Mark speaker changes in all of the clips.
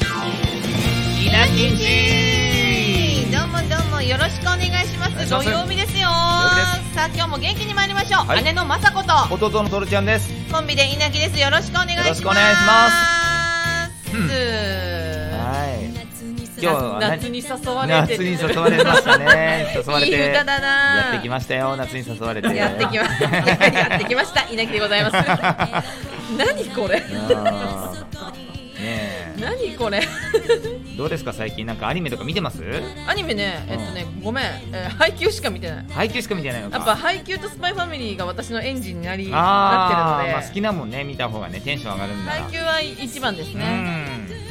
Speaker 1: イラキン
Speaker 2: どうもどうもよろしくお願いしま
Speaker 1: お願い
Speaker 2: す。
Speaker 1: しま
Speaker 2: 土
Speaker 1: す
Speaker 2: 曜日ですよ。さあ今日も元気に参りましょう。
Speaker 1: はい
Speaker 2: 姉の雅子と
Speaker 1: 弟のトルちゃんです
Speaker 2: コンビで稲木です。よろしくお願いしま
Speaker 1: よ
Speaker 2: す。
Speaker 1: ろしくお願いしますうん
Speaker 3: 今
Speaker 1: は
Speaker 3: 日
Speaker 1: い今日は
Speaker 2: 夏に誘わ
Speaker 1: い
Speaker 2: れて
Speaker 1: 夏に誘われました ね誘われて
Speaker 2: いい歌だな
Speaker 1: やってきましたよ夏に誘われて
Speaker 2: やってきまやってきました稲木でございます 何これ
Speaker 1: あ ーね
Speaker 2: 何これ
Speaker 1: えどうですか最近なんかアニメとか見てます
Speaker 2: アニメねえっとねごめん、えー配給しか見てない
Speaker 1: 配給しか見てないのか
Speaker 2: やっぱ配給とスパイファミリーが私のエンジンになりなっ
Speaker 1: あ
Speaker 2: て
Speaker 1: ー
Speaker 2: るの
Speaker 1: まあ
Speaker 2: で、
Speaker 1: 好きなもんね見た方がねテンション上がるんだ
Speaker 2: 配給は一番ですね、
Speaker 1: うん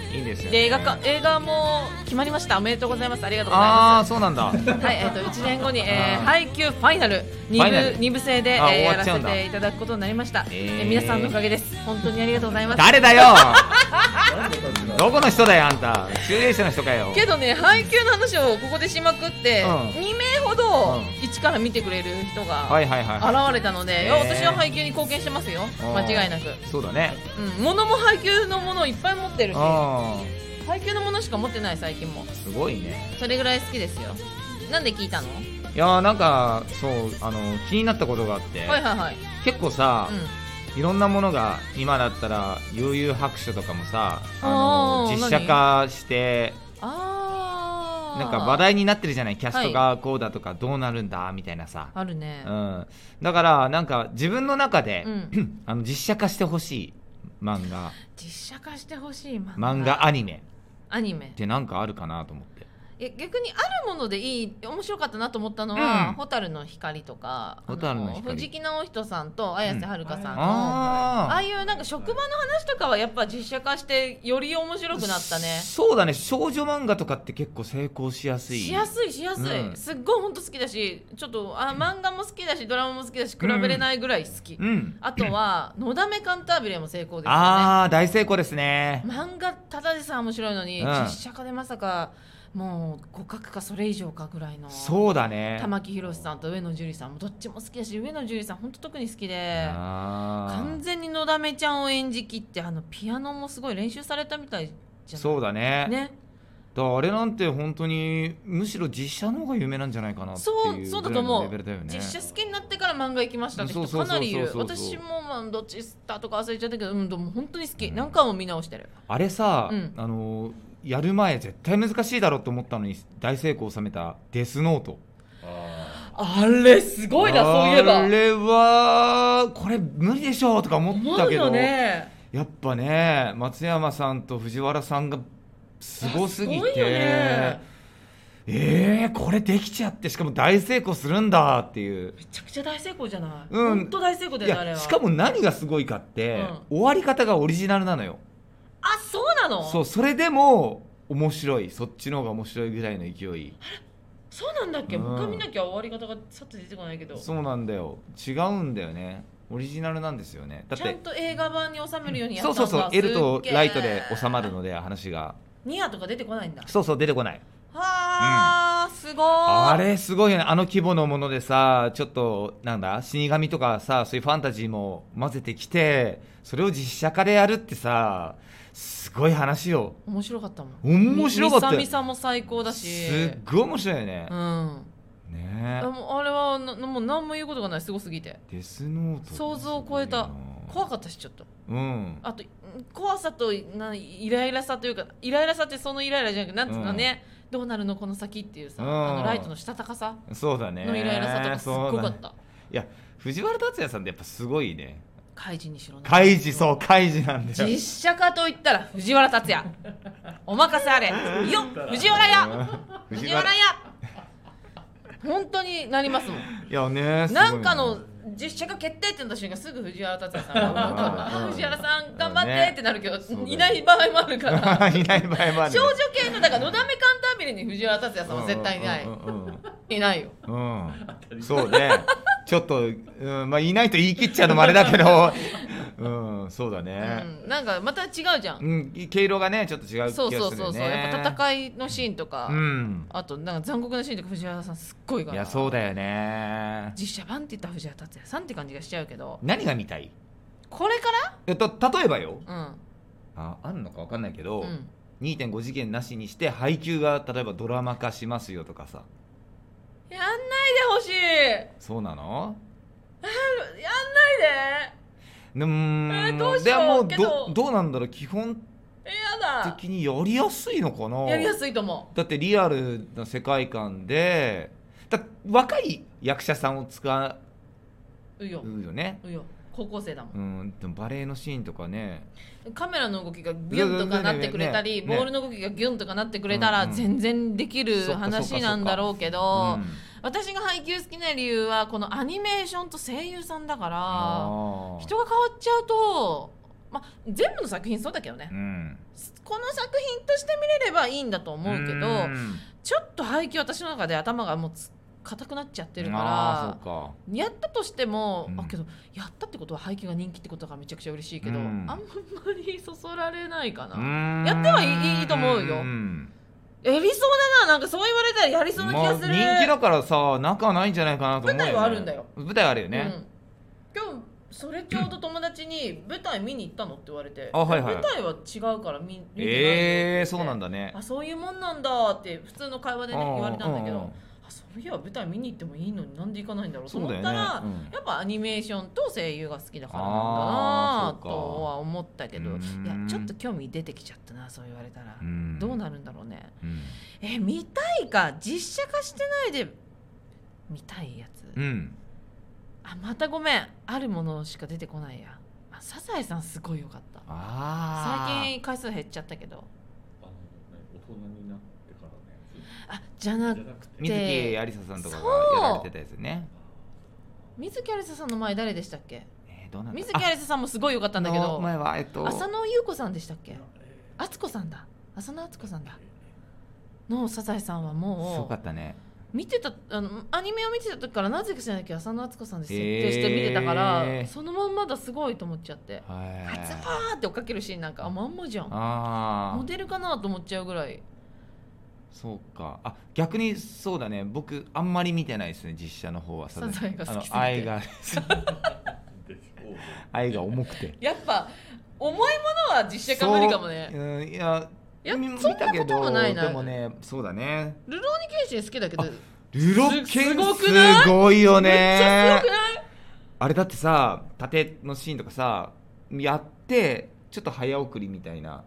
Speaker 1: いいですよね
Speaker 2: で映画か映画も決まりましたおめでとうございますありがとうござい
Speaker 1: あ
Speaker 2: ま
Speaker 1: あそうなん だ
Speaker 2: すはいえっと1年後に、え
Speaker 1: あ
Speaker 2: ー、
Speaker 1: ー
Speaker 2: 配給ファイナル
Speaker 1: ファ
Speaker 2: 2
Speaker 1: イナ
Speaker 2: 部
Speaker 1: ル
Speaker 2: 二部制で、え
Speaker 1: あ
Speaker 2: ーや
Speaker 1: 終わ
Speaker 2: ら
Speaker 1: っちゃう
Speaker 2: せ
Speaker 1: んだ
Speaker 2: ていただくことになりました、え
Speaker 1: えー
Speaker 2: ー皆さんのおかげです本当にありがとうございます
Speaker 1: 誰だよどこの人だよあんた集英者の人かよ
Speaker 2: けどね配給の話をここでしまくって、
Speaker 1: うん
Speaker 2: 2名ほ
Speaker 1: う
Speaker 2: ど一から見てくれる人
Speaker 1: は
Speaker 2: が
Speaker 1: いはいはい
Speaker 2: 現れたので、いや
Speaker 1: へー
Speaker 2: 私は配給に貢献してますよ間違いなく、
Speaker 1: そうだね
Speaker 2: うん、物も配給のものをいっぱい持ってるし
Speaker 1: あ
Speaker 2: 配給のものしか持ってない最近も
Speaker 1: あすごいね
Speaker 2: それぐらい好きですよなんで聞いたの、
Speaker 1: いやーなんかそうあの気になったことがあって、
Speaker 2: はいはいはい、
Speaker 1: 結構さ、
Speaker 2: う
Speaker 1: いろんなものが今だったら悠々白書とかもさ
Speaker 2: あ
Speaker 1: あの
Speaker 2: ー
Speaker 1: 実写化して
Speaker 2: ん、あー
Speaker 1: なんか話題になってるじゃないキャス
Speaker 2: は
Speaker 1: ト
Speaker 2: い
Speaker 1: がこうだとかどうなるんだみたいなさ、
Speaker 2: あるね、
Speaker 1: うん、だからなんか自分の中で、
Speaker 2: う
Speaker 1: あの実写化してほしい漫画
Speaker 2: 実写化してほしい漫画
Speaker 1: 漫画アニメ
Speaker 2: アニメ
Speaker 1: ってなんかあるかなと思って
Speaker 2: え逆にあるものでいい面白かったなと思ったのは
Speaker 1: うん
Speaker 2: 「蛍、の光」とかあ
Speaker 1: 蛍の光
Speaker 2: 藤木直人さんと綾瀬はるかさんの、ああ
Speaker 1: あ
Speaker 2: いうなんか職場の話とかはやっぱ実写化してより面白くなったね
Speaker 1: そうだね少女漫画とかって結構成功しやすい
Speaker 2: しやすいしやすい、
Speaker 1: うん
Speaker 2: すっごい本当好きだしちょっとあ漫画も好きだしドラマも好きだし比べれないぐらい好き、
Speaker 1: うん
Speaker 2: あとは「のだめカンタービレ」も成功ですよね
Speaker 1: ああ大成功ですね
Speaker 2: 漫画ただでさえ面白いのに、
Speaker 1: うん
Speaker 2: 実写化でまさかもう互角かそれ以上かぐらいの
Speaker 1: そうだね
Speaker 2: 玉木宏さんと上野樹里さんもどっちも好きだし上野樹里さん本当特に好きで
Speaker 1: あ
Speaker 2: 完全にのだめちゃんを演じきってあのピアノもすごい練習されたみたい
Speaker 1: ー
Speaker 2: じゃない
Speaker 1: そうだね
Speaker 2: ね
Speaker 1: だからあれなんて本当にむしろ実写の方が有名なんじゃないかなって
Speaker 2: そう
Speaker 1: いう
Speaker 2: そうだ
Speaker 1: ぐ
Speaker 2: と
Speaker 1: らいの
Speaker 2: 思う
Speaker 1: レベルだよね
Speaker 2: 実写好きになってから漫画行きましたって人
Speaker 1: そうそう
Speaker 2: か
Speaker 1: そうそう
Speaker 2: なりいる
Speaker 1: そうそうそう
Speaker 2: 私もまあどっちだとか忘れちゃったけど、うん、でも本当に好き、
Speaker 1: うん
Speaker 2: 何回も見直してる
Speaker 1: あれさ、
Speaker 2: うん
Speaker 1: あのやる前絶対難しいだろうと思ったのに大成功を収めたデスノート
Speaker 2: あれすごいなそういえば
Speaker 1: あれはこれ無理でしょうとか思った
Speaker 2: 思う
Speaker 1: けど
Speaker 2: よね
Speaker 1: やっぱね松山さんと藤原さんがすごすぎ
Speaker 2: すごい
Speaker 1: て
Speaker 2: よね
Speaker 1: えー、これできちゃってしかも大成功するんだっていう
Speaker 2: めちゃくちゃ大成功じゃない、
Speaker 1: うん
Speaker 2: 本当大成功だ
Speaker 1: い
Speaker 2: よねあれ
Speaker 1: や
Speaker 2: は
Speaker 1: しかも何がすごいかって、終わり方がオリジナルなのよ
Speaker 2: あそうなの
Speaker 1: そうそれでも面白いそっちの方が面白いぐらいの勢い
Speaker 2: そうなんだっけ、
Speaker 1: うん
Speaker 2: もう一回見なきゃ終わり方がさっと出てこないけど
Speaker 1: そうなんだよ違うんだよねオリジナルなんですよねだっ
Speaker 2: ちゃん
Speaker 1: て
Speaker 2: と映画版に収めるようにやった
Speaker 1: そ
Speaker 2: ん
Speaker 1: う
Speaker 2: だ
Speaker 1: そうそう
Speaker 2: すっげー
Speaker 1: L とライトで収まるので話が
Speaker 2: ニアとか出てこないんだ
Speaker 1: そうそう出てこない
Speaker 2: はあ、すごい
Speaker 1: あれすごいよねあの規模のものでさちょっとなんだ死神とかさそういうファンタジーも混ぜてきてそれを実写化でやるってさすごい話よ
Speaker 2: 面白かったもん
Speaker 1: 面白かったよ
Speaker 2: みみさみさも最高だ
Speaker 1: す
Speaker 2: し
Speaker 1: っごい面白いよね
Speaker 2: う、ん
Speaker 1: ね
Speaker 2: あ
Speaker 1: え
Speaker 2: もうあれはなもう何も言うことがないすごすぎて
Speaker 1: デスノート
Speaker 2: 想像を超えた怖かったしちょっと
Speaker 1: うん
Speaker 2: あとん怖さとなイライラさというかイライラさってそのイライラじゃなくてなんつうのね、どうなるのこの先っていうさ、
Speaker 1: うん
Speaker 2: あのライトのしたたかさ
Speaker 1: そうだね
Speaker 2: のイライラさとかすっご
Speaker 1: そう
Speaker 2: か
Speaker 1: だ
Speaker 2: っ
Speaker 1: ね
Speaker 2: た、
Speaker 1: いや藤原竜也さんってやっぱすごいね
Speaker 2: カイジにしろな
Speaker 1: カイジそうカイジなんだよ
Speaker 2: 実写化といったら藤原竜也お 任せあれよ藤原や
Speaker 1: うん
Speaker 2: 藤原や本当になりますもん
Speaker 1: いやねすごいね
Speaker 2: なんかの実写化決定ってなった瞬間すぐ藤原竜也さんが思うから
Speaker 1: うん
Speaker 2: 藤原さん頑張ってってなるけど、
Speaker 1: そうだよ
Speaker 2: いない場合もあるか ら
Speaker 1: いない場合もあるね
Speaker 2: 少女系のだからのだめカンタービレに藤原竜也さんは絶対いない、
Speaker 1: うんうんうん
Speaker 2: いないよ
Speaker 1: うんうんそうねちょっと、うんまあ、いないと言い切っちゃうのもあれだけ ど、うん、そうだね、
Speaker 2: うん、なんかまた違うじゃ、
Speaker 1: うんん毛色がねちょっと違う気がするね
Speaker 2: そうそうそうそう、やっぱ戦いのシーンとか、
Speaker 1: うん
Speaker 2: あとなんか残酷なシーンとか藤原さんすっごいか
Speaker 1: い
Speaker 2: ら
Speaker 1: やそうだよね
Speaker 2: 実写版って言ったら藤原竜也さんって感じがしちゃうけど
Speaker 1: 何が見たい
Speaker 2: これか
Speaker 1: えっと例えばよ
Speaker 2: ら
Speaker 1: ああんのか分かんないけ
Speaker 2: う
Speaker 1: ど、
Speaker 2: ん、うん、
Speaker 1: 2.5次元なしにして配給が例えばドラマ化しますよとかさ
Speaker 2: やんないでほしいや
Speaker 1: そうなの
Speaker 2: んないで
Speaker 1: うーん、
Speaker 2: えーどうし
Speaker 1: で
Speaker 2: よう
Speaker 1: もう
Speaker 2: けど
Speaker 1: どどうなんだろう基本
Speaker 2: えやだ
Speaker 1: 的にやりやすいのかな
Speaker 2: やりやすいと思
Speaker 1: だってリアルな世界観でだ若い役者さんを使
Speaker 2: ううよ
Speaker 1: うよね、
Speaker 2: うよ高校生だも
Speaker 1: うん、でもバレエのシーンとかね
Speaker 2: んカメラの動きがギュンとかなってくれた
Speaker 1: ねね
Speaker 2: り、
Speaker 1: ねね
Speaker 2: ボールの動きがギュンとかなってくれたら
Speaker 1: うんうん
Speaker 2: 全然でき
Speaker 1: そっかそっ
Speaker 2: る
Speaker 1: か
Speaker 2: 話なんだろうけ
Speaker 1: う
Speaker 2: ど、
Speaker 1: ん
Speaker 2: 私が配給好きな理由はこのアニメーションと声優さんだから
Speaker 1: あー
Speaker 2: 人が変わっちゃうと、ま、全部の作品そうだけどね、
Speaker 1: うん
Speaker 2: この作品として見れればいいんだと思うけど、
Speaker 1: ん
Speaker 2: ちょっと配給私の中で頭がもうつ硬くなっちゃってる
Speaker 1: あ
Speaker 2: か
Speaker 1: ーそうから
Speaker 2: やったとしても、
Speaker 1: うん
Speaker 2: あけどやったってことは配給が人気ってことだからめちゃくちゃ嬉しいけど、
Speaker 1: うん
Speaker 2: あんまりそそられないかな、
Speaker 1: や
Speaker 2: やってはいいいいと思うよやりそうだななんかそう言われたらやりそうな気がする、
Speaker 1: 人気だからさ仲はないんじゃないかなと思う、ね、
Speaker 2: 舞台はあるんだよ
Speaker 1: 舞台はあるよね、
Speaker 2: うん、今日それちょうど友達に舞台見に行ったのって言われて
Speaker 1: あはいはい
Speaker 2: 舞台は違うから見見てないよ
Speaker 1: ええー、そうなん
Speaker 2: だ
Speaker 1: だね
Speaker 2: あそういうもんなんだって普通の会話でね言われたんだけ
Speaker 1: う
Speaker 2: どあそういや舞台見に行ってもいいのになんで行かないんだろうと
Speaker 1: そう
Speaker 2: 思
Speaker 1: だよ
Speaker 2: っ
Speaker 1: ね
Speaker 2: たら、
Speaker 1: うん
Speaker 2: やっぱアニメーションと声優が好きだからな
Speaker 1: あ
Speaker 2: ん
Speaker 1: ー
Speaker 2: だな
Speaker 1: そうか
Speaker 2: とは思ったけど
Speaker 1: う
Speaker 2: い
Speaker 1: ーん
Speaker 2: やちょっと興味出てきちゃったなそう言われたら、
Speaker 1: ん
Speaker 2: どうなるんだろうね
Speaker 1: うん
Speaker 2: え見たいか実写化してないで見たいやつ、
Speaker 1: うん
Speaker 2: あまたごめんあるものしか出てこないや、あ、サザエさんすごい良かった
Speaker 1: ああ
Speaker 2: 最近回数減っちゃったけど
Speaker 3: あのね、大人になってからのやつ
Speaker 2: あじゃな
Speaker 3: じゃなくて
Speaker 1: 水木有沙さんとかがやられてたやつね
Speaker 2: 水木有沙さんの前誰でしたっけ
Speaker 1: えー、どうなんだ
Speaker 2: 水木有沙さんもすごい良かったんだけ
Speaker 1: あの
Speaker 2: ど
Speaker 1: 前はえっと
Speaker 2: 浅野ゆう子さんでしたっ
Speaker 3: い
Speaker 2: け
Speaker 3: やえー
Speaker 2: 敦子さんだ浅野敦子さんだのサザエさんは
Speaker 1: すごか
Speaker 2: も
Speaker 1: ったね
Speaker 2: う見てたあのアニメを見てた時からなぜか知らないけど浅野敦子さんで設定して見てたから、
Speaker 1: へー
Speaker 2: そのまんまだすごいと思っちゃって「あつ
Speaker 1: はい
Speaker 2: パー!」って追っかけるシーンなんかあまんまじゃん
Speaker 1: あ
Speaker 2: モ
Speaker 1: あ
Speaker 2: デルかなと思っちゃうぐらい
Speaker 1: そうかあ逆にそうだね僕あんまり見てないですね実写の方は
Speaker 2: サザエが好きすぎて
Speaker 1: あの愛が
Speaker 3: でしょう
Speaker 1: 愛が重くて
Speaker 2: やっぱ重いものは実写化無理かもね
Speaker 1: そううんいや
Speaker 2: いや
Speaker 1: み
Speaker 2: そんなこともないな
Speaker 1: 見たけどでもねそうだね
Speaker 2: ルローニケンシン好きだけど
Speaker 1: ルロケン
Speaker 2: すごくない
Speaker 1: すごいよね
Speaker 2: めっちゃ強くない
Speaker 1: あれだってさ盾のシーンとかさやってちょっと早送りみたいな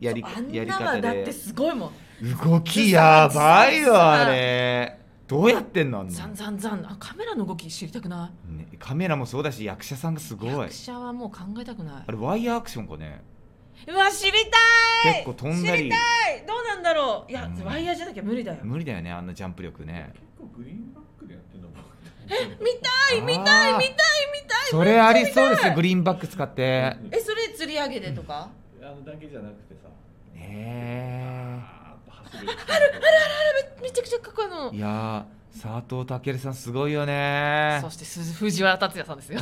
Speaker 1: やり
Speaker 2: あん
Speaker 1: やり
Speaker 2: な
Speaker 1: 方
Speaker 2: はだっ
Speaker 1: で
Speaker 2: てすごいもん
Speaker 1: 動きやばいよ
Speaker 2: さ
Speaker 1: あれどうやってんのあんの
Speaker 2: ザンザンザンあカメラの動き知りたくない
Speaker 1: ねカメラもそうだし役者さんがすごい
Speaker 2: 役者はもう考えたくない
Speaker 1: あれワイヤーアクションかね
Speaker 2: うわ知りたい
Speaker 1: 結構飛んだ
Speaker 2: 知
Speaker 1: り
Speaker 2: りたいどうなんだろういや、
Speaker 1: うん
Speaker 2: ワイヤーじゃなきゃ無理だよ
Speaker 1: 無理だよねあんなジャンプ力ね
Speaker 3: 結構グリーンバックでやってるの僕
Speaker 2: 見たい見たい
Speaker 1: あー
Speaker 2: 見たい見たい
Speaker 1: それありそうです
Speaker 2: めっちゃ見た
Speaker 1: ね
Speaker 2: い
Speaker 1: グリーンバック使って
Speaker 3: うん
Speaker 2: えそれ釣り上げでとか、
Speaker 3: あのだけじゃなくてさ
Speaker 1: ね
Speaker 3: あーっと走るあるある
Speaker 2: めちゃくちゃかっこいいの
Speaker 1: えいやー佐藤健さんすごいよね
Speaker 2: そしてす藤原竜也さん ですよ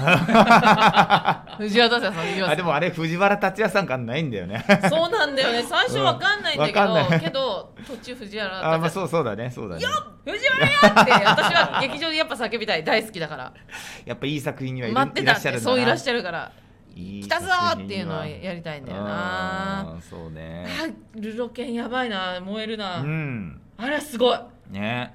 Speaker 2: 藤原竜也さんいます
Speaker 1: あでもあれ藤原竜也さん感ないんだよね
Speaker 2: そうなんだよね最初わかんないんだけど、
Speaker 1: うんわかんない
Speaker 2: けど途中藤原竜也
Speaker 1: あまあそうそうだねそうだね
Speaker 2: 藤原やって私は劇場でやっぱ叫びたい大好きだから
Speaker 1: やっぱいい作品にはいる
Speaker 2: 待って
Speaker 1: い
Speaker 2: た
Speaker 1: ら
Speaker 2: っ
Speaker 1: っしゃ
Speaker 2: て
Speaker 1: るんだな
Speaker 2: そういらっしゃるから
Speaker 1: いい
Speaker 2: 来たぞーっていうのを
Speaker 1: 作品は
Speaker 2: やりたいんだよな
Speaker 1: あーそう ね
Speaker 2: あルロケンやばいな燃えるな、
Speaker 1: うん
Speaker 2: あれすごい
Speaker 1: ね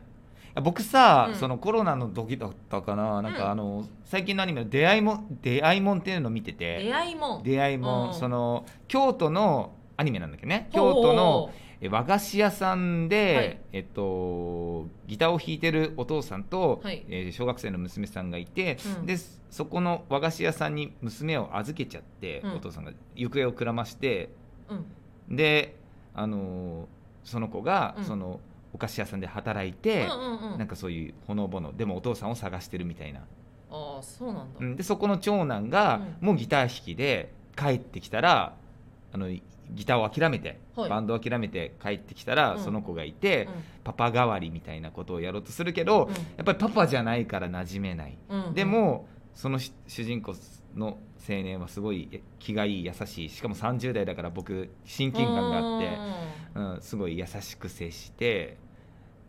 Speaker 1: 僕さ、
Speaker 2: うん
Speaker 1: そのコロナの時だったかななん
Speaker 2: うん
Speaker 1: かあの、最近のアニメの「出会いもん」出会いもんっていうのを見てて
Speaker 2: 出会いもん
Speaker 1: 出会いも
Speaker 2: うん
Speaker 1: んその京都のアニメなんだけどね京都のえ和菓子屋さんで、
Speaker 2: はい
Speaker 1: えっと、ギターを弾いてるお父さんと、
Speaker 2: はい
Speaker 1: えー小学生の娘さんがいて、
Speaker 2: うん
Speaker 1: でそこの和菓子屋さんに娘を預けちゃって、
Speaker 2: うん
Speaker 1: お父さんが行方をくらまして
Speaker 2: ほうほう
Speaker 1: で、あのーその子が、
Speaker 2: うん
Speaker 1: そのお菓子屋さんで働いて、
Speaker 2: うんうんうんうん
Speaker 1: なんかそういうほのぼのでもお父さんを探してるみたいな、
Speaker 2: ああそうなんだ、
Speaker 1: うんでそこの長男が、もうギター弾きで帰ってきたらあのギターを諦めて、
Speaker 2: はい
Speaker 1: バンドを諦めて帰ってきたら、
Speaker 2: うん
Speaker 1: その子がいて、パパ代わりみたいなことをやろうとするけど、
Speaker 2: うん
Speaker 1: やっぱりパパじゃないから馴染めない、
Speaker 2: うんうん
Speaker 1: でもそのし主人公の青年はすごいえ気がいい優しいしかも30代だから僕親近感があって、うんすごい優しく接して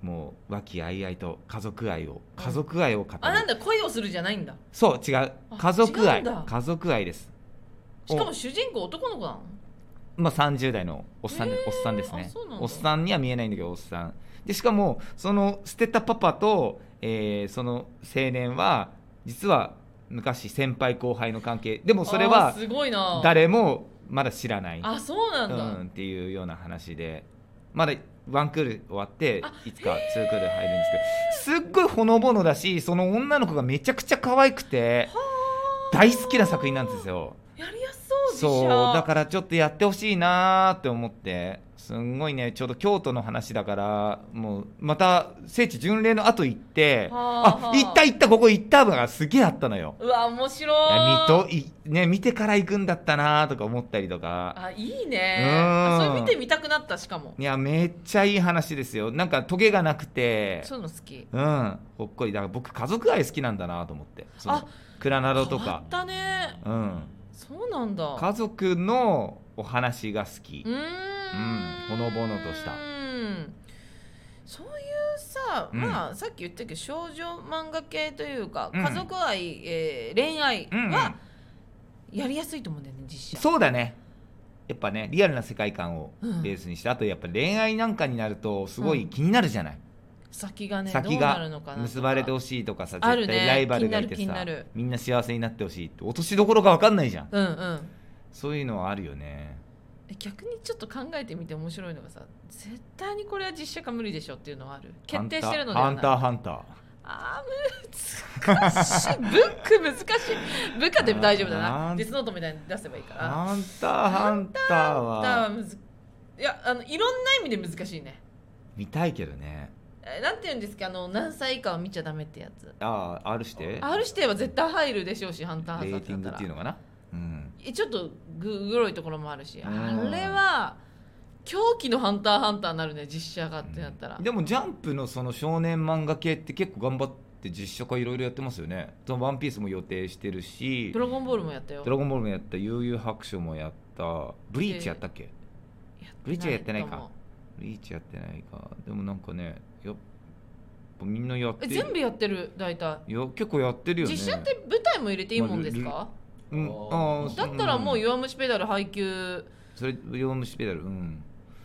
Speaker 1: もう和気あいあいと家族愛を家族愛を語る、
Speaker 2: あなんだ恋をするじゃないんだ
Speaker 1: そう違う家族
Speaker 2: 違う
Speaker 1: 愛
Speaker 2: んだ
Speaker 1: 家族愛です
Speaker 2: しかも主人公男の子なの
Speaker 1: まあ、30代のおっさんで、
Speaker 2: へー
Speaker 1: おっさんですね
Speaker 2: あそうなんだ
Speaker 1: おっさんには見えないんだけどおっさんでしかもその捨てたパパと、えーその青年は実は昔先輩後輩の関係でもそれ
Speaker 2: あ
Speaker 1: は
Speaker 2: ーすごいな
Speaker 1: 誰もまだ知らない、
Speaker 2: あそうなんだ、
Speaker 1: うん、っていうような話でまだワンクール終わっていつかツークール入るんですけどすっごいほのぼのだしその女の子がめちゃくちゃ可愛くて
Speaker 2: は
Speaker 1: 大好きな作品なんですよ。
Speaker 2: あやりやすそう実
Speaker 1: そう
Speaker 2: 写
Speaker 1: だからちょっとやってほしいなーって思ってすんごいねちょうど京都の話だからもうまた聖地巡礼の後行って
Speaker 2: はあ
Speaker 1: あ行った行ったここ行ったがすげえあったのよ
Speaker 2: うわ面白
Speaker 1: いや
Speaker 2: い
Speaker 1: 見といね、見てから行くんだったなーとか思ったりとか
Speaker 2: あいいね
Speaker 1: うん
Speaker 2: あそれ見てみたくなったしかも
Speaker 1: いやめっちゃいい話ですよなんかトゲがなくて
Speaker 2: そういうの好き
Speaker 1: うんほっこりだから僕家族愛好きなんだなと思ってその
Speaker 2: あ
Speaker 1: クラナドと
Speaker 2: 変わ
Speaker 1: か
Speaker 2: ったね
Speaker 1: うん
Speaker 2: そうなんだ
Speaker 1: 家族のお話が好き
Speaker 2: うー
Speaker 1: う
Speaker 2: ん
Speaker 1: んほのぼのとした
Speaker 2: うんそういうさ、
Speaker 1: うん
Speaker 2: まあさっき言ったけど少女漫画系というか、
Speaker 1: うん
Speaker 2: 家族愛、えー恋愛
Speaker 1: うんうん
Speaker 2: はやりやすいと思うんだよね実写
Speaker 1: そうだねやっぱねリアルな世界観を
Speaker 2: うん
Speaker 1: ベースにして、あとやっぱ恋愛なんかになるとすごい気になるじゃない、
Speaker 2: 先がねど
Speaker 1: 先
Speaker 2: うな
Speaker 1: が
Speaker 2: るのかなとか
Speaker 1: 結ばれてほしいとかさ
Speaker 2: あ
Speaker 1: 絶
Speaker 2: るね
Speaker 1: 対ライバルがいて
Speaker 2: 気にな
Speaker 1: さ
Speaker 2: る気になる
Speaker 1: みんな幸せになってほしいって落としどころが分かんないじゃん
Speaker 2: うんうん
Speaker 1: そういうのはあるよね
Speaker 2: え逆にちょっと考えてみて面白いのがさ絶対にこれは実写化無理でしょっていうのはある決定してるので
Speaker 1: ハ
Speaker 2: は
Speaker 1: ン
Speaker 2: ない
Speaker 1: ターハンターハン
Speaker 2: あー難しいブック難しいブックでも大丈夫だ
Speaker 1: あ
Speaker 2: な
Speaker 1: ー
Speaker 2: デスノートみたいに出せばいいか
Speaker 1: ター
Speaker 2: ら
Speaker 1: ハンターハンター
Speaker 2: だから
Speaker 1: は
Speaker 2: むずいやあのいろんな意味で難しいね
Speaker 1: 見たいけどね
Speaker 2: えなんて言うんですかあの何歳以下は見ちゃダメってやつ
Speaker 1: ああ R して
Speaker 2: ある指定は絶対入るでしょうしハンターハン
Speaker 1: レ
Speaker 2: ター
Speaker 1: ーティングっていうのかなうん
Speaker 2: えちょっとググロいところもあるし
Speaker 1: う
Speaker 2: あ
Speaker 1: ん
Speaker 2: れは狂気のハンターハンターになるね実写化ってなったら、
Speaker 1: でもジャンプのその少年漫画系って結構頑張って実写化いろいろやってますよねそのワンピースも予定してるし
Speaker 2: ドラゴンボールもやったよ
Speaker 1: ドラゴンボールもやった悠々白書もやったブリーチやったっけ、ブリーチはやってないか
Speaker 2: と思う
Speaker 1: ブリーチやってないかでもなんかねやっぱみんなやって
Speaker 2: え全部やってる大体
Speaker 1: いや結構やってるよね
Speaker 2: 実写って舞台も入れていいもんです
Speaker 1: ま
Speaker 2: か、
Speaker 1: うん、ー
Speaker 2: だったらもうん弱虫ペダル配給
Speaker 1: それ弱虫ペダルうん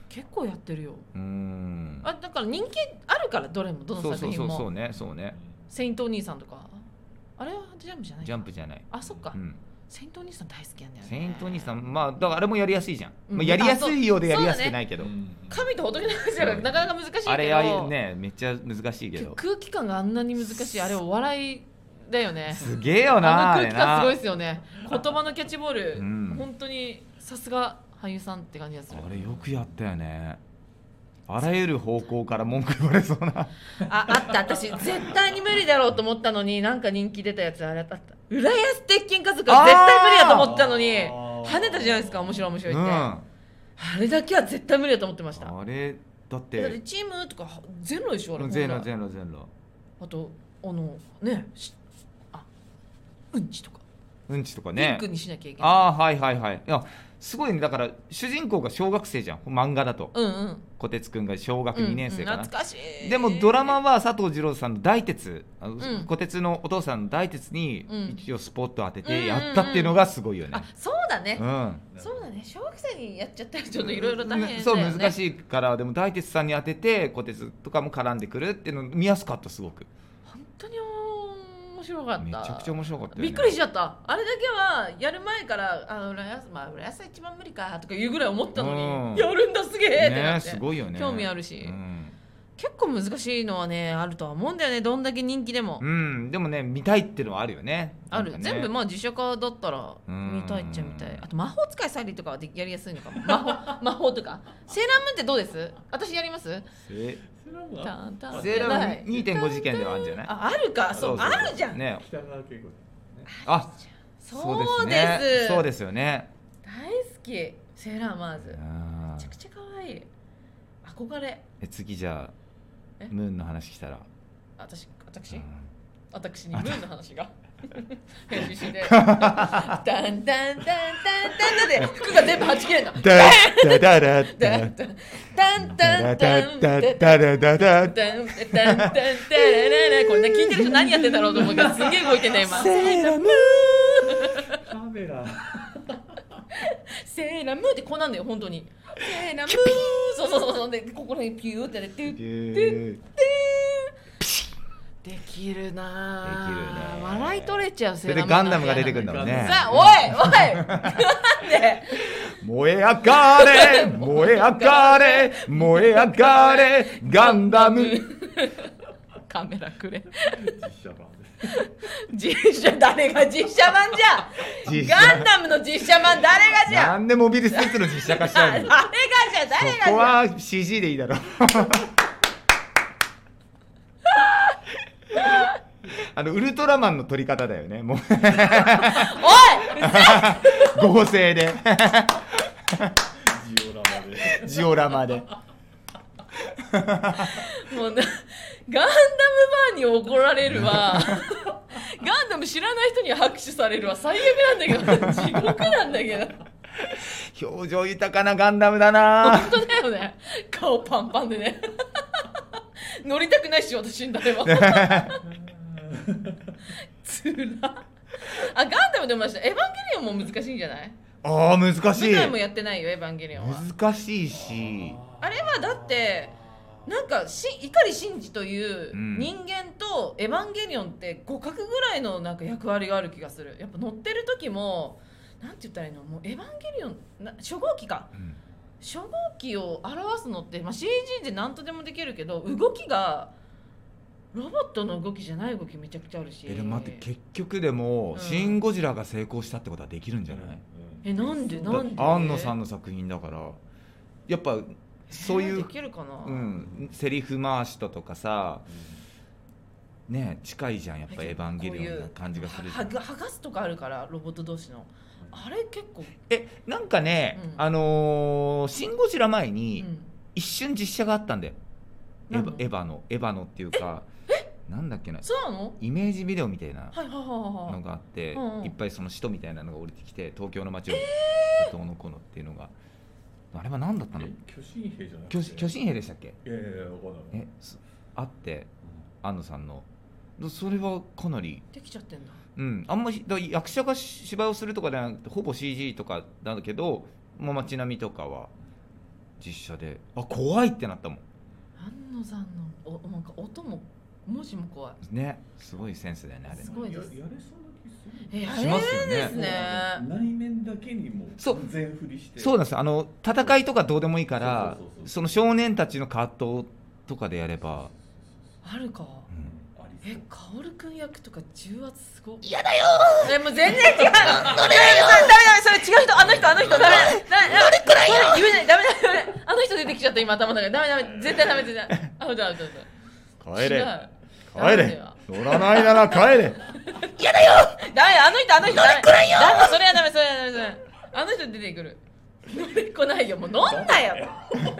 Speaker 2: 結構やってるよ
Speaker 1: うん
Speaker 2: あだから人気あるからどれもど
Speaker 1: そ
Speaker 2: の
Speaker 1: うそ
Speaker 2: 作
Speaker 1: うそ
Speaker 2: 品も
Speaker 1: うそうねそうね
Speaker 2: セイントお兄さんとかあれはジャンプじゃない
Speaker 1: ジャンプじゃない
Speaker 2: あそっか、
Speaker 1: うん
Speaker 2: セイントお兄さん大好きなんだよね
Speaker 1: セイント兄さんまあだからあれもやりやすいじゃん、
Speaker 2: うん
Speaker 1: まあ、やりやすいようでやりやす
Speaker 2: あそ
Speaker 1: く
Speaker 2: う
Speaker 1: ないけど、
Speaker 2: 神と仏の話だからなかなか難しいけど
Speaker 1: あれはねめっちゃ難しいけ
Speaker 2: けど
Speaker 1: ど
Speaker 2: 空気感があんなに難しいあれお笑いだよね
Speaker 1: すげえよな
Speaker 2: あ
Speaker 1: あ
Speaker 2: の空
Speaker 1: れ
Speaker 2: 気感
Speaker 1: な
Speaker 2: すごいですよね言葉のキャッチボール、
Speaker 1: うん
Speaker 2: 本当にさすが俳優さんって感じがする
Speaker 1: あれよくやったよねあらゆる方向から文句言われそうな
Speaker 2: ああった私絶対に無理だろうと思ったのになんか人気出たやつあれあった浦安鉄筋家族は絶対無理だと思ったのに
Speaker 3: あー
Speaker 2: 跳ねたじゃないですか面白い面白いって、
Speaker 1: うん
Speaker 2: あ
Speaker 1: あ
Speaker 2: れだけは絶対無理だと思ってましただ
Speaker 1: れだっ
Speaker 2: って
Speaker 1: て
Speaker 2: チームとかゼロでしょあれ
Speaker 1: ゼ
Speaker 2: 本
Speaker 1: ロ
Speaker 2: 来
Speaker 1: ゼロゼロ
Speaker 2: あとあのねしあうんちとか、
Speaker 1: うんちとか
Speaker 2: ピ
Speaker 1: ね
Speaker 2: ンクにしなきゃいけない
Speaker 1: ああはいはいはいいやすごいねだから主人公が小学生じゃん漫画だと
Speaker 2: うんうん
Speaker 1: 小鉄くんが小学2年生か
Speaker 2: うん
Speaker 1: な、
Speaker 2: うん懐かしい
Speaker 1: でもドラマは佐藤二朗さんの大鉄あの
Speaker 2: ん
Speaker 1: 小鉄のお父さんの大鉄に
Speaker 2: うん
Speaker 1: 一応スポット当ててやったっていうのがすごいよね
Speaker 2: あ、そうだね、
Speaker 1: うん
Speaker 2: そうだね小学生にやっちゃったらちょっといろいろ大変だよね
Speaker 1: そう難しいからでも大鉄さんに当てて小鉄とかも絡んでくるっていうの見やすかったすごく
Speaker 2: 本当に面白かった
Speaker 1: めちゃくちゃ面白かったよ、ね、
Speaker 2: びっくりしちゃったあれだけはやる前から「あの浦安まあ浦安は一番無理か」とか言うぐらい思ったのに、
Speaker 1: うん
Speaker 2: やるんだすげえってな
Speaker 1: ね
Speaker 2: って、
Speaker 1: すごいよね
Speaker 2: 興味あるし
Speaker 1: うん、
Speaker 2: 結構難しいのはねあるとは思うんだよねどんだけ人気でも、
Speaker 1: うんでもね見たいっていうのはあるよね
Speaker 2: ある、
Speaker 1: なんかね
Speaker 2: 全部まあ自社化だったら
Speaker 1: うん
Speaker 2: 見たいっちゃ見たいあと魔法使いサリーとかはでやりやすいのかも魔法 魔法とかセーラームーンってどうです私やります
Speaker 1: セ
Speaker 3: セーラームーンあ
Speaker 2: タンタン
Speaker 1: セーラ
Speaker 2: な
Speaker 1: ー
Speaker 2: い
Speaker 1: ム2.5事件ではあるんじゃない
Speaker 2: ああるかそうあるじゃん、
Speaker 1: ね
Speaker 3: 北川景子
Speaker 1: あ
Speaker 2: そうです
Speaker 1: そうですねそうですよね
Speaker 2: 大好きセーラーマーズめ
Speaker 1: あ
Speaker 2: ちゃ
Speaker 1: ー
Speaker 2: くちゃ可愛い憧れ
Speaker 1: え次じゃ
Speaker 2: え
Speaker 1: あムーンの話来たら、
Speaker 2: 私
Speaker 1: う
Speaker 2: 私
Speaker 1: ん
Speaker 2: 私にムーンの話が編集してダンダンダンダンダンダンで服が全部はち切れ んの
Speaker 1: だだだだ
Speaker 2: ダ
Speaker 1: だ
Speaker 2: ンダンダンダンダンダンダンダン
Speaker 1: だだだだだ
Speaker 2: ダンダンダンダンダンこれね聞いてる人何やってんだろうと思うけどすんげえ動いてんだ今
Speaker 1: セーラム
Speaker 3: カメラ
Speaker 2: セーラムーってこうなんだよ本当にセーラムーそうそうそうそうでここら辺ピューってやってで
Speaker 1: ー
Speaker 2: できるな
Speaker 1: ぁできるね
Speaker 2: 笑い取れちゃう
Speaker 1: そ
Speaker 2: セ
Speaker 1: れ
Speaker 2: ー
Speaker 1: で
Speaker 2: ラムー
Speaker 1: ガンダムが出てくるんだもんね
Speaker 2: さあおいおいなんで
Speaker 1: 燃え上がれ燃え上がれ燃え上がれガンダム
Speaker 2: カメラくれ
Speaker 3: 実写版で
Speaker 2: 実写誰が実写版
Speaker 1: 実
Speaker 2: じ
Speaker 1: 写
Speaker 2: ゃガンダムの実写版誰がじゃ
Speaker 1: なんでモビルスーツの実写化しちゃう
Speaker 2: 誰
Speaker 1: の
Speaker 2: がじゃ誰が
Speaker 1: そこ
Speaker 2: じゃ
Speaker 1: は CG でいい だろあのウルトラマンの撮り方だよねもう
Speaker 2: おいうっせ
Speaker 1: 合成で
Speaker 3: ジオラマで
Speaker 1: ジオラマで
Speaker 2: えもうなガンダムファンに怒られるわガンダム知らない人には拍手されるわ最悪なんだけど地獄なんだけど
Speaker 1: 表情豊かなガンダムだな
Speaker 2: 本当だよね顔パンパンでね乗りたくないし私に誰もつらあガンダムでもましたエヴァンゲリオンも難しいんじゃない
Speaker 1: あー難し
Speaker 2: 舞
Speaker 1: い
Speaker 2: 台もやってないよエヴァンゲリオンは
Speaker 1: 難しいし
Speaker 2: あれはだってなんかし碇シンジという
Speaker 1: うん
Speaker 2: 人間とエヴァンゲリオンって互角ぐらいのなんか役割がある気がするやっぱ乗ってる時もなんて言ったらいいのもうエヴァンゲリオンな初号機か
Speaker 1: うん
Speaker 2: 初号機を表すのって、まあ、CG で何とでもできるけど動きがロボットの動きじゃない動きめちゃくちゃあるし
Speaker 1: えでも待って結局でも
Speaker 2: う
Speaker 1: 「
Speaker 2: ん
Speaker 1: シン・ゴジラ」が成功したってことはできるんじゃない、
Speaker 3: うん
Speaker 2: えなんでなんで
Speaker 1: 庵野さんの作品だからやっぱそうい
Speaker 2: え
Speaker 1: う
Speaker 2: ーで、きるかな、
Speaker 1: うん、セリフ回しととかさね近いじゃんやっぱ「エヴァンゲリオン」な感じがするじゃ
Speaker 2: は
Speaker 1: ん
Speaker 2: は剥がすとかあるからロボット同士のあれ結構、
Speaker 1: えなんかね、
Speaker 2: うん
Speaker 1: あのーシン・ゴジラ」前
Speaker 2: う
Speaker 1: に
Speaker 2: ん、
Speaker 1: 一瞬実写があったんだよ、エヴ
Speaker 2: 何の
Speaker 1: ァエヴァのエヴァのっていうかなんだっけな
Speaker 2: そうなの
Speaker 1: イメージビデオみたいな
Speaker 2: はいはいはいはいは
Speaker 1: の
Speaker 2: い
Speaker 1: があって、
Speaker 2: うんうん
Speaker 1: いっぱいその使徒みたいなのが降りてきて東京の街をどうのこうのっていうのがあれは何だったの
Speaker 3: え巨神兵じゃなくて
Speaker 1: 巨巨神兵でしたっけ
Speaker 3: いやいやいやわかんない
Speaker 1: えすあって安野さんのそれはかなり
Speaker 2: できちゃってんだ
Speaker 1: うんあんまりだ役者がし芝居をするとかじゃなくてほぼ CG とかなんだけどもう街並みとかは実写であ怖いってなったもん
Speaker 2: 安野さんのおなんか音も文字も怖い
Speaker 1: ねすごいセンスだよねあれ
Speaker 2: すごいです
Speaker 3: ややれそうな気する
Speaker 2: えや
Speaker 1: し
Speaker 2: れる
Speaker 1: ますよね
Speaker 2: ですね
Speaker 3: 内面だけにも
Speaker 1: そう
Speaker 3: 完全振りして
Speaker 1: そうなんですよあの戦いとかどうでもいいから
Speaker 3: そうそうそうそう
Speaker 1: その少年たちの葛藤とかでやれば
Speaker 2: あるか
Speaker 3: あり
Speaker 2: え
Speaker 3: そう、
Speaker 2: カオルくん役とか重圧すご嫌だよえ、もう全然違うそれダメダメそれ違う人あの人あの人ダメダメダメくらいよ言えないダメダメダメあの人出てきちゃった今頭の中でダメダメ絶対ダメ絶対アウトアウトアウト違う帰れ
Speaker 1: 乗らないなら帰 れ
Speaker 2: ダメあの人あの人ダメくらいよダメそれはダメそれはダメそれはダメあの人出てくる乗りこないよもう飲んだよ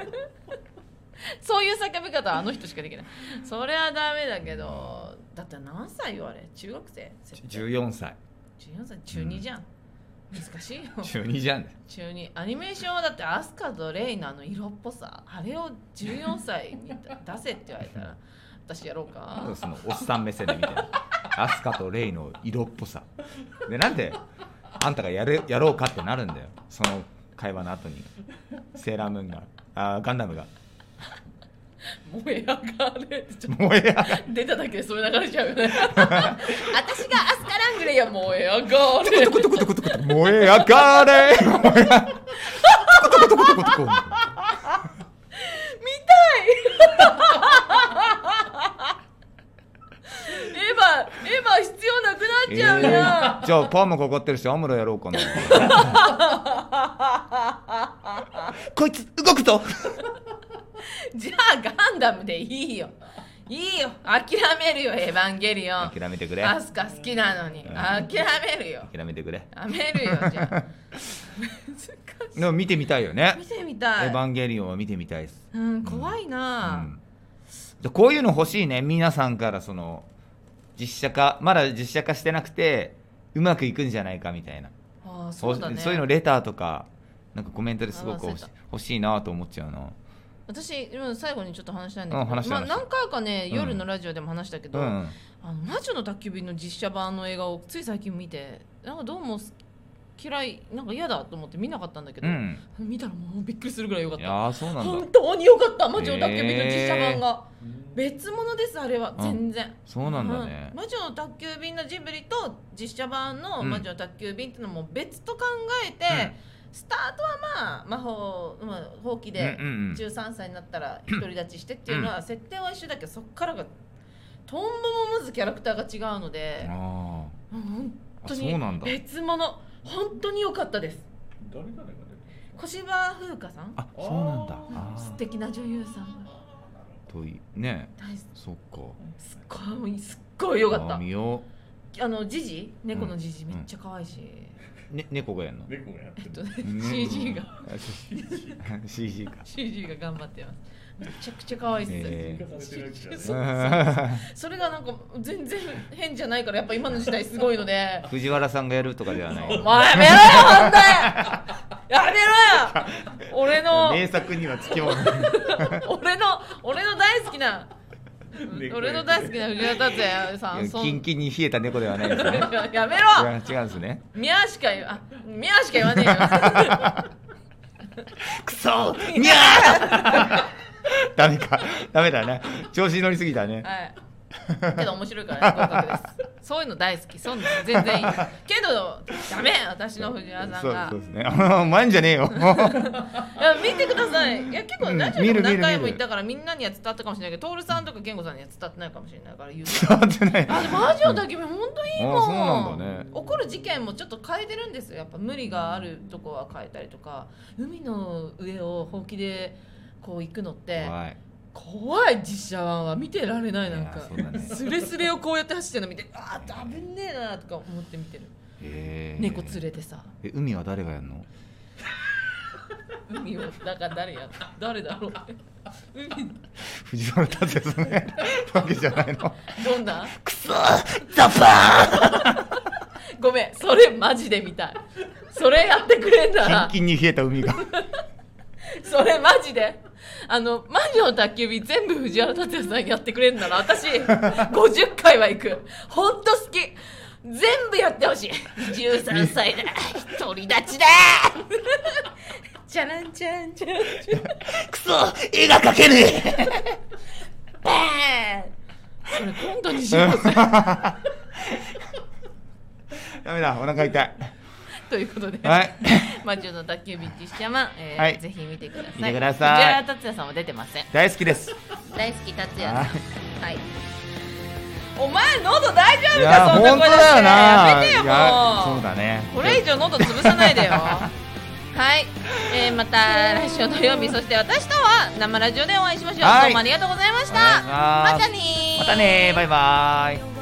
Speaker 2: そういう叫び方はあの人しかできないそれはダメだけどだって何歳よあれ中学生
Speaker 1: 14歳
Speaker 2: 14歳中2じゃん、難しいよ
Speaker 1: 12じゃんね
Speaker 2: 中2アニメーションはだってアスカとレイのあの色っぽさあれを14歳に出せって言われたら私やろう
Speaker 1: なん
Speaker 2: か
Speaker 1: だそのおっさん目線で見てるアスカとレイの色っぽさでなんであんたがやれやろうかってなるんだよその会話の後にセーラームーンがあーガンダムが
Speaker 2: 燃え上がれってちょっ
Speaker 1: 燃え上が
Speaker 2: と出ただけでそれ流れちゃうよね 私がアスカラングレイや燃え上がれ
Speaker 1: トコトコトコトコ燃え上がれ燃え上がれトコトコトコトコトコ
Speaker 2: 見たいエヴァエヴァ必要なくなっ
Speaker 1: え
Speaker 2: ちゃうじゃん、
Speaker 1: ーじゃあパーマかかってるしアムロやろう かなこいつ動くぞ
Speaker 2: じゃあガンダムでいいよいいよ諦めるよエヴァンゲリオン
Speaker 1: 諦めてくれ
Speaker 2: アスカ好きなのに
Speaker 1: ん
Speaker 2: 諦めるよ
Speaker 1: 諦めてくれ
Speaker 2: 諦めるよじゃ あ難しい
Speaker 1: でも見てみたいよね
Speaker 2: 見てみ
Speaker 1: 「エ
Speaker 2: た
Speaker 1: ヴ
Speaker 2: い
Speaker 1: ァンゲリオン」は見てみたいです
Speaker 2: うん怖いな
Speaker 1: うん、こういうの欲しいね皆さんからその実写化まだ実写化してなくてうまくいくんじゃないかみたいな
Speaker 2: ああそうだね
Speaker 1: いうのレターとかなんかコメントですごく欲し
Speaker 2: あ忘れ
Speaker 1: 欲しいなと思っちゃうな
Speaker 2: 私うん最後にちょっと話したいんだ
Speaker 1: うん話
Speaker 2: け
Speaker 1: し
Speaker 2: ど、
Speaker 1: た
Speaker 2: ま
Speaker 1: い話し
Speaker 2: あ、
Speaker 1: たい
Speaker 2: 何回かね
Speaker 1: うん
Speaker 2: 夜のラジオでも話したけど、
Speaker 1: うん
Speaker 2: あの魔女の宅急便の実写版の映画をつい最近見てなんかどうも嫌いなんか嫌だと思って見なかったんだけ
Speaker 1: う
Speaker 2: ど、
Speaker 1: ん
Speaker 2: 見たらもうびっくりするぐらい良かっ
Speaker 1: い
Speaker 2: た
Speaker 1: やーそうなんだ
Speaker 2: 本当に良かった魔女の宅急便の実写版が、
Speaker 3: うん
Speaker 2: 別物ですあれは
Speaker 1: うん
Speaker 2: 全然、
Speaker 1: そうなんだね
Speaker 2: うん魔女の宅急便のジブリと実写版の
Speaker 1: うん
Speaker 2: 魔女の宅急便っていうのも別と考えて、スタートはまあ魔法、まあ、ほうきで
Speaker 1: うんうんうん
Speaker 2: 13歳になったら独り立ちしてっていうのは設定は一緒だけどそっからがトンボもまずキャラクターが違うので
Speaker 1: あ
Speaker 2: うん本
Speaker 1: ーあ
Speaker 2: 当
Speaker 1: そう
Speaker 2: に
Speaker 1: なんだ
Speaker 2: 別物本当に良かったです
Speaker 3: 誰誰誰
Speaker 2: 小芝風花さん
Speaker 1: あそうなんだ
Speaker 3: あ
Speaker 2: 素
Speaker 1: あ
Speaker 2: 敵な女優さんが
Speaker 1: ーといね
Speaker 2: 大好き
Speaker 1: そっか
Speaker 2: すっごいすっごい良かっ
Speaker 1: あー見
Speaker 2: た
Speaker 1: よ
Speaker 2: あのジジ猫のジジ
Speaker 1: うん
Speaker 2: めっちゃ可愛いし、
Speaker 1: うね猫がやるの
Speaker 3: 猫がやっ
Speaker 2: え
Speaker 3: て
Speaker 2: っ
Speaker 3: る
Speaker 2: とね
Speaker 1: ね
Speaker 2: CG が
Speaker 1: あそう CG か
Speaker 2: CG が頑張ってますめちゃくちゃ可愛いっす、
Speaker 1: へ
Speaker 3: 追加されてるわけじゃない
Speaker 2: そうそれがなんか全然変じゃないからやっぱ今の時代すごいので
Speaker 1: 藤原さんがやるとかではない
Speaker 2: もうやめろよ本当やめろよ俺の
Speaker 1: 名作には付き合わない
Speaker 2: 俺の俺の大好きな俺の大好きな藤原竜也さんそん
Speaker 1: キンキンに冷えた猫ではないですね
Speaker 2: やめ
Speaker 1: い
Speaker 2: ろ
Speaker 1: や違うんですね
Speaker 2: ミャーしか言わあミャーしか言わね えよ
Speaker 1: くそにゃー ダメかダメだね調子に乗りすぎたね
Speaker 2: はいけど面白いから合格ですそういうの大好きそんなの全然いいけどダメ私の藤原さん
Speaker 1: そう
Speaker 2: が
Speaker 1: そうですね お前んじゃねえよ
Speaker 2: いや見てくださいいや結構
Speaker 1: うん
Speaker 2: ラジオで
Speaker 1: 見
Speaker 2: も
Speaker 1: る見る
Speaker 2: 何回も
Speaker 1: 見る
Speaker 2: 言ったからみんなには伝わったかもしれないけど徹さんとか健吾さんには伝わってないかもしれないから言う
Speaker 1: 伝わってない
Speaker 2: あでもラジオだけ本当いいもん
Speaker 1: あそうなんだね
Speaker 2: 起こる事件もちょっと変えてるんですよやっぱ無理があるとこは変えたりとか海の上をほうきでこう行くのって
Speaker 1: 怖い
Speaker 2: 怖い実写版は見てられないなん
Speaker 1: い
Speaker 2: か
Speaker 1: やそうだね
Speaker 2: スレスレをこうやって走ってるの見てああ危ねえなとか思って見てる
Speaker 1: へー
Speaker 2: 猫連れてさ
Speaker 1: え海は誰がやるの
Speaker 2: 海をだから誰や誰だろう海
Speaker 1: 藤原達也さんがやるわけじゃないの
Speaker 2: どんな
Speaker 1: くそザパ
Speaker 2: ごめんそれマジで見たいそれやってくれんだ
Speaker 1: ー
Speaker 2: ら
Speaker 1: キンキンに冷えた海が
Speaker 2: それマジであのマジの宅急便全部藤原竜也さんやってくれんなら私50回は行くほんと好き全部やってほしい13歳だ独り立ちだチャランチャランチャランチャラン
Speaker 1: くそ絵が描けねえ
Speaker 2: バーンそれ今度にしよう ぜ
Speaker 1: ダメだお腹痛い
Speaker 2: ということで、
Speaker 1: はい
Speaker 2: 魔女の宅急便実写版、えー
Speaker 1: はい
Speaker 2: ぜひ見てください
Speaker 1: 見てください
Speaker 2: 藤原竜也さんは出てません
Speaker 1: 大好きです
Speaker 2: 大好き達也
Speaker 1: はい
Speaker 2: はいお前喉大丈
Speaker 1: い
Speaker 2: 夫
Speaker 1: や
Speaker 2: かそん
Speaker 1: 本
Speaker 2: な
Speaker 1: 当
Speaker 2: 声出
Speaker 1: だ
Speaker 2: し
Speaker 1: よ
Speaker 2: てや
Speaker 1: な
Speaker 2: めてよ
Speaker 1: いや
Speaker 2: もう
Speaker 1: そうだね
Speaker 2: これ以上喉潰さないでよはい、えー、また来週土曜日そして私とは生ラジオでお会いしましょう、
Speaker 1: はい
Speaker 2: どうもありがとうございました
Speaker 1: お願いします
Speaker 2: またねー
Speaker 1: またねバイバイ